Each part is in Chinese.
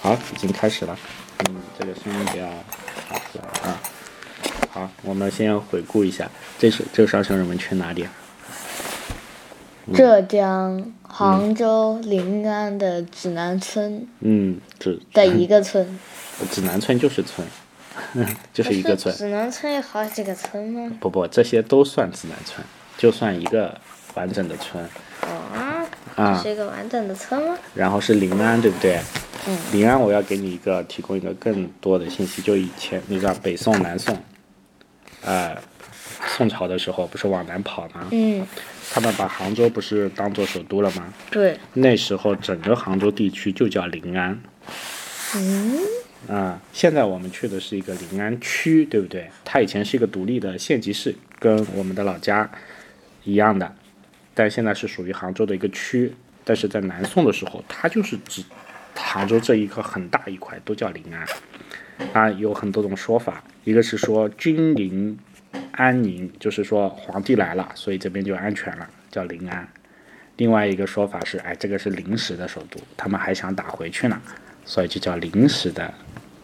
好，已经开始了。嗯，这个声音不要发出来啊。好，我们先回顾一下，这是这个烧成人们去哪里啊？嗯浙江杭州临安的指南村嗯，指的一个村，指南村就是村， 就是一个村。指南村有好几个村吗？不不，这些都算指南村，就算一个完整的村。啊，啊这是一个完整的村吗？然后是临安，对不对？嗯临安，我要给你一个提供一个更多的信息。就以前你知道北宋、南宋，呃，宋朝的时候不是往南跑吗？嗯，他们把杭州不是当做首都了吗？对，那时候整个杭州地区就叫临安。嗯，啊、现在我们去的是一个临安区，对不对？它以前是一个独立的县级市，跟我们的老家一样的，但现在是属于杭州的一个区。但是在南宋的时候，它就是指杭州这一个很大一块都叫临安。啊，有很多种说法，一个是说君临安宁，就是说皇帝来了，所以这边就安全了，叫临安。另外一个说法是，哎，这个是临时的首都，他们还想打回去呢，所以就叫临时的，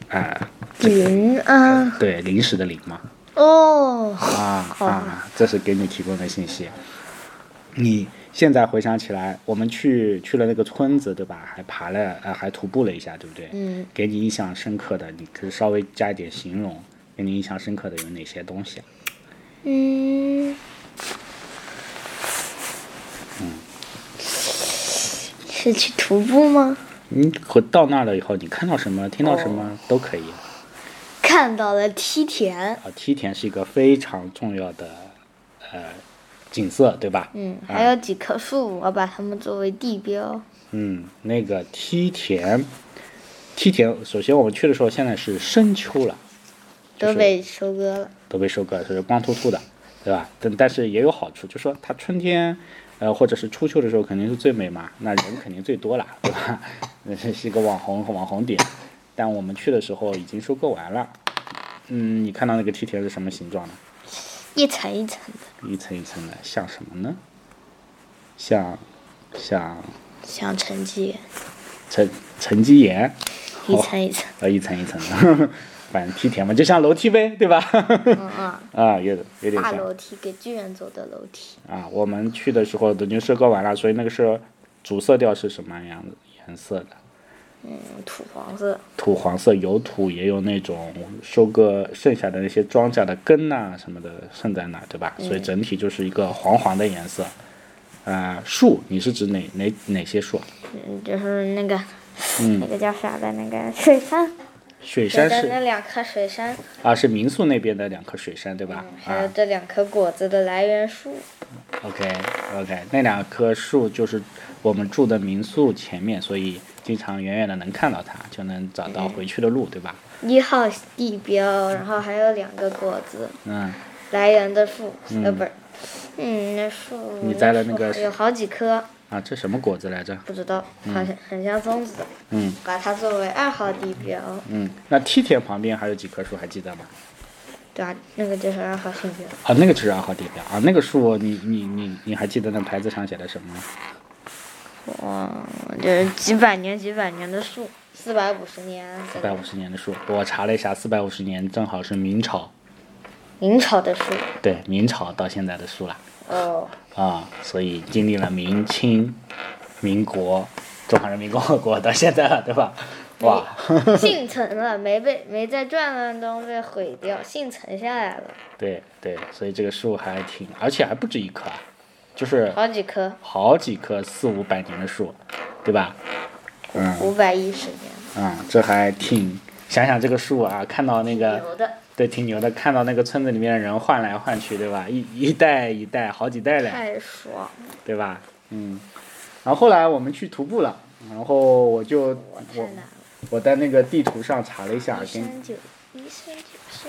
啊、临安对，临时的临嘛，哦，啊啊，这是给你提供的信息。你现在回想起来，我们去去了那个村子，对吧？还爬了，呃，还徒步了一下，对不对？嗯，给你印象深刻的，你可以稍微加一点形容，给你印象深刻的有哪些东西啊？嗯，是去徒步吗？你嗯回到那儿了以后，你看到什么，听到什哦么都可以。看到了梯田，啊，梯田是一个非常重要的，呃，景色，对吧？嗯，还有几棵树，我把它们作为地标。嗯，那个梯田，梯田，首先我们去的时候，现在是深秋了，都被收割了。都被收割，是光秃秃的，对吧？但但是也有好处，就说它春天，呃，或者是初秋的时候肯定是最美嘛，那人肯定最多了，对吧？ 那是一个网红网红点，但我们去的时候已经收割完了。嗯，你看到那个梯田是什么形状呢？一层一层的，一层一层的，像什么呢？像像像成绩园，沉沉积岩，一层一层。呃，一层一层的，反正梯田嘛，就像楼梯呗，对吧？ 嗯啊，啊，有有点大像。楼梯给巨人走的楼梯，啊，我们去的时候都已经收割完了，所以那个是主色调是什么样的颜色的？嗯，土黄色，土黄色，有土也有那种收割剩下的那些庄稼的根呐、什么的剩在那，对吧？所以整体就是一个黄黄的颜色。啊、树，你是指哪哪哪些树啊？嗯，就是那个，那个叫啥的那个水杉，雪对嗯山的是那两棵水杉，啊，是民宿那边的两棵水杉，对吧？嗯还有啊这两棵果子的来源树， ，OK OK，那两棵树就是我们住的民宿前面，所以经常远远的能看到它，就能找到回去的路，对吧？一号地标，然后还有两个果子嗯，来源的树，呃，不是，嗯，那树，你栽了那个树有好几棵，啊，这什么果子来着？不知道，好像很像松子，嗯把它作为二号地标，嗯，那梯田旁边还有几棵树，还记得吗？对吧？那个就是二号地标。啊，那个是二号地标啊，那个树你你你你还记得那牌子上写的什么吗？哇，就是嗯几百年、几百年的树，四百五十年啊，四百五十年的树，我查了一下，四百五十年正好是明朝，明朝的树。对，明朝到现在的树了。哦，啊，所以经历了明清、民国、中华人民共和国到现在了，对吧？哇，幸存了，没被没在战乱中被毁掉，幸存下来了，对对，所以这个树还挺，而且还不止一棵啊，就是好几棵，好几棵四五百年的树，对吧？嗯五百一十年嗯，这还挺，想想这个树啊，看到那个牛的，对，挺牛的。看到那个村子里面的人换来换去，对吧？一一代一代，好几代嘞，太爽了，对吧？嗯。然后后来我们去徒步了，然后我就我太我难了。我在那个地图上查了一下，一给三九一三九四，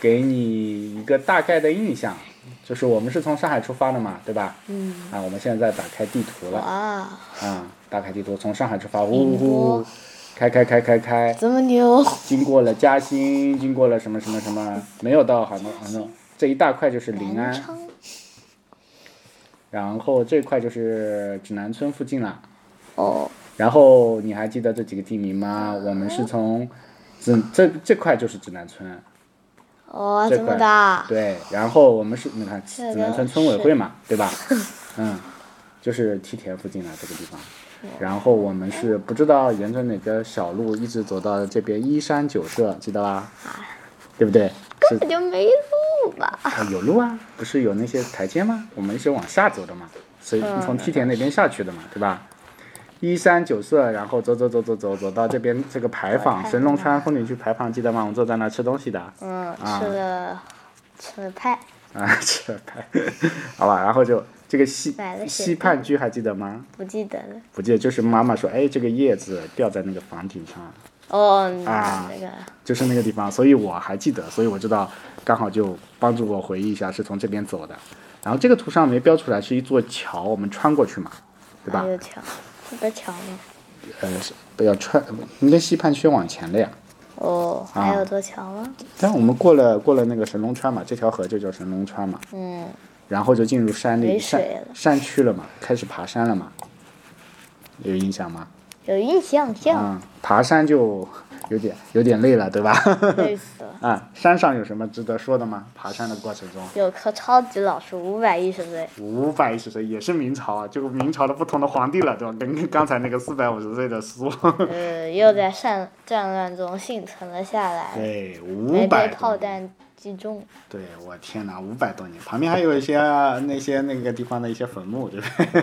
给你一个大概的印象，就是我们是从上海出发的嘛，对吧？嗯，啊，我们现在打开地图了哇，啊，打开地图，从上海出发，呜宁呼波，开开开开开，这么牛，经过了嘉兴，经过了什么什么什么，没有到杭州杭州这一大块就是临安。昌然后这块就是指南村附近了。哦，然后你还记得这几个地名吗？我们是从这这这块就是指南村，哦，这这么块大，对，然后我们是你看这个指南村村委会嘛，对 吧？嗯，就是梯田附近的这个地方。然后我们是不知道沿着哪个小路一直走到这边依山酒社，记得吧？对不对？是那就没路吧？啊，有路啊，不是有那些台阶吗？我们是往下走的嘛，所以从梯田那边下去的嘛，对吧？依山酒色，然后走走走走走走到这边这个牌坊，啊神农川风景区牌坊，记得吗？我们坐在那儿吃东西的嗯，啊吃了吃了派， 啊，吃了牌，好吧，然后就这个西买了雪西碧畔居还记得吗？不记得了。不记得，就是妈妈说，哎，这个叶子掉在那个房顶上，哦，啊那个就是那个地方，所以我还记得，所以我知道，刚好就帮助我回忆一下是从这边走的。然后这个图上没标出来，是一座桥，我们穿过去嘛，对吧还？有桥，这个桥吗？呃，是不要穿，应该西畔区往前了呀。哦，还啊有座桥吗？但我们过了过了那个神农川嘛，这条河就叫神农川嘛，嗯，然后就进入山里没山水了山区了嘛，开始爬山了嘛，有印象吗？有印象，像嗯，爬山就有点有点累了，对 吧？累死了。啊，山上有什么值得说的吗？爬山的过程中。有棵超级老树，五百一十岁，五百一十岁也是明朝啊，就是明朝的不同的皇帝了，对吧？跟跟刚才那个四百五十岁的苏， 呃，又在战战乱中幸存了下来，对，没五被百哎炮弹 击中。对我天哪，五百多年，旁边还有一些那些那个地方的一些坟墓，对不对？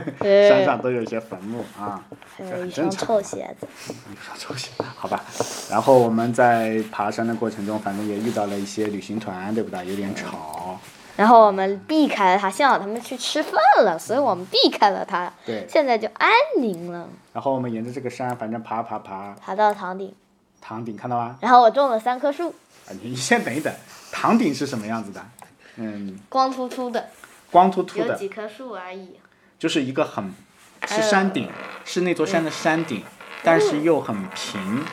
对山上都有一些坟墓啊，呃还有一这很正双常臭鞋子，你说抽象，好吧。然后我们在爬山的过程中，反正也遇到了一些旅行团，对不对？有点吵，然后我们避开了他，幸好他们去吃饭了，所以我们避开了他。对现在就安宁了，然后我们沿着这个山，反正爬爬爬，爬到堂顶，堂顶看到吗？ 然后我种了三棵树，啊，你先等一等，堂顶是什么样子的？嗯，光秃秃的，光秃秃有的，几棵树而已。就是一个很哎是呦山顶，是那座山的山顶，但是又很平，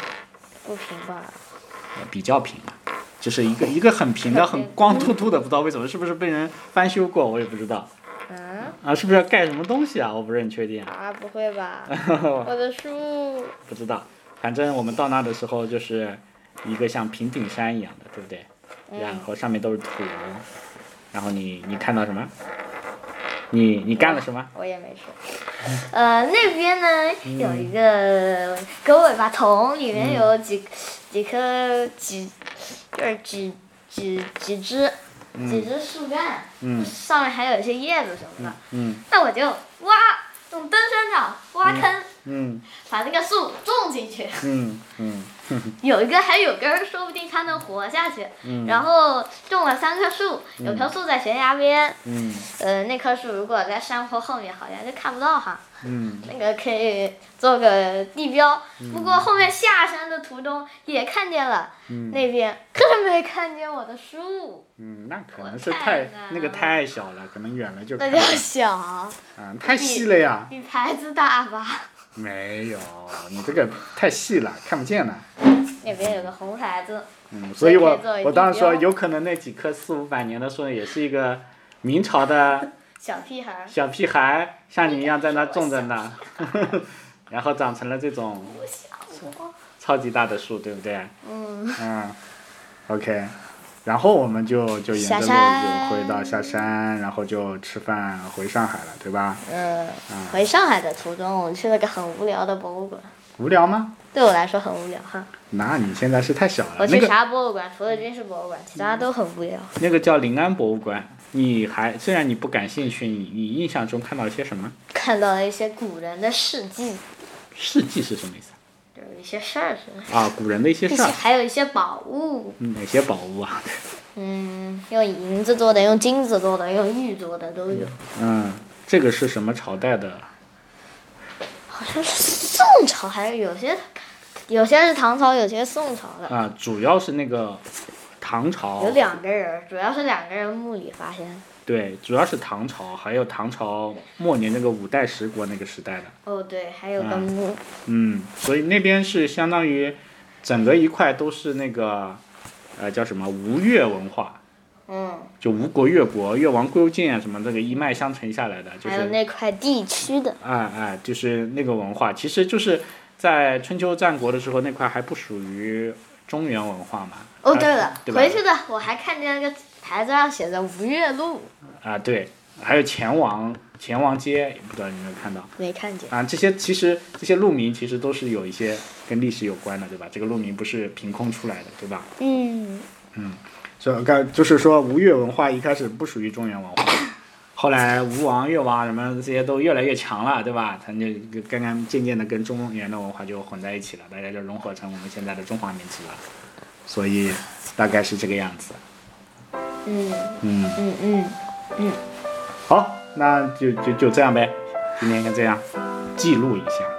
不平 吧？呃比较平吧，就是一个一个很平的、很光秃秃的，不知道为什么，是不是被人翻修过？我也不知道啊啊，是不是要盖什么东西啊？我不是很确定，啊，不会 吧？我的树，不知道。反正我们到那的时候，就是一个像平顶山一样的，对不对？嗯然后上面都是土，然后你你看到什么？你你干了什么？我也没说。呃，那边呢嗯有一个狗尾巴丛，里面有嗯几几棵几，就是几几几只几只树干，嗯上面还有一些叶子什么的。嗯那我就挖用登山杖挖坑，嗯把那个树种进去。嗯嗯有一个还有根儿，说不定它能活下去。然后种了三棵树，有棵树在悬崖边，嗯呃，那棵树如果在山坡后面，好像就看不到哈。嗯，那个可以做个地标，不过后面下山的途中也看见了，那边可是没看见我的树，嗯，那可能我是太太那个难太小了，可能远了就那看叫不见小，啊，太细了呀。比牌子大吧？ 没有，你这个太细了，看不见了。那边有个红牌子，嗯，所以可以我作为我地当时说，标有可能那几棵四五百年的树也是一个明朝的小屁孩儿，小屁孩，像你一样在那种着呢， 然后长成了这种不像我，超级大的树，对不对？嗯，嗯，OK。然后我们就就沿着路下就山回到下山，然后就吃饭回上海了，对吧？呃，回上海的途中，我们去了个很无聊的博物馆，无聊吗？对我来说很无聊哈。那你现在是太小我了，那去个嗯啥博物馆，除了军事博物馆，其他都很无聊。那个叫临安博物馆，你还虽然你不感兴趣，你你印象中看到了些什么？看到了一些古人的事迹，事迹是什么意思有一些事儿是吧，啊？古人的一些这事些儿，还有一些宝物，嗯哪些宝物啊？嗯，用银子做的，用金子做的，用玉做的都有，嗯，这个是什么朝代的？好像是宋朝，还是有些，有些是唐朝，有些是宋朝的。啊，主要是那个唐朝有，两个人，主要是两个人墓里发现的。对，主要是唐朝，还有唐朝末年那个五代十国那个时代的，哦，对，还有个墓，嗯，所以那边是相当于整个一块都是那个，呃，叫什么吴越文化，嗯，就吴国、越国、越王勾践啊什么这个一脉相承下来的，就还有是那块地区的，啊啊，就是那个文化，其实就是在春秋战国的时候，那块还不属于中原文化嘛。哦，啊对了，对吧回去的我还看见那个牌子上写着吴越路，啊，对，还有前王前王街，不知道你有没有看到没看见。啊？这些其实这些路名其实都是有一些跟历史有关的，对吧？这个路名不是凭空出来的，对吧？嗯，这刚就是说吴越文化一开始不属于中原文化，后来吴王、越王什么这些都越来越强了，对吧？他们就干干渐渐的跟中原的文化就混在一起了，大家就融合成我们现在的中华民族了，所以大概是这个样子。嗯嗯，嗯嗯，好，那就就就这样呗，今天就这样记录一下。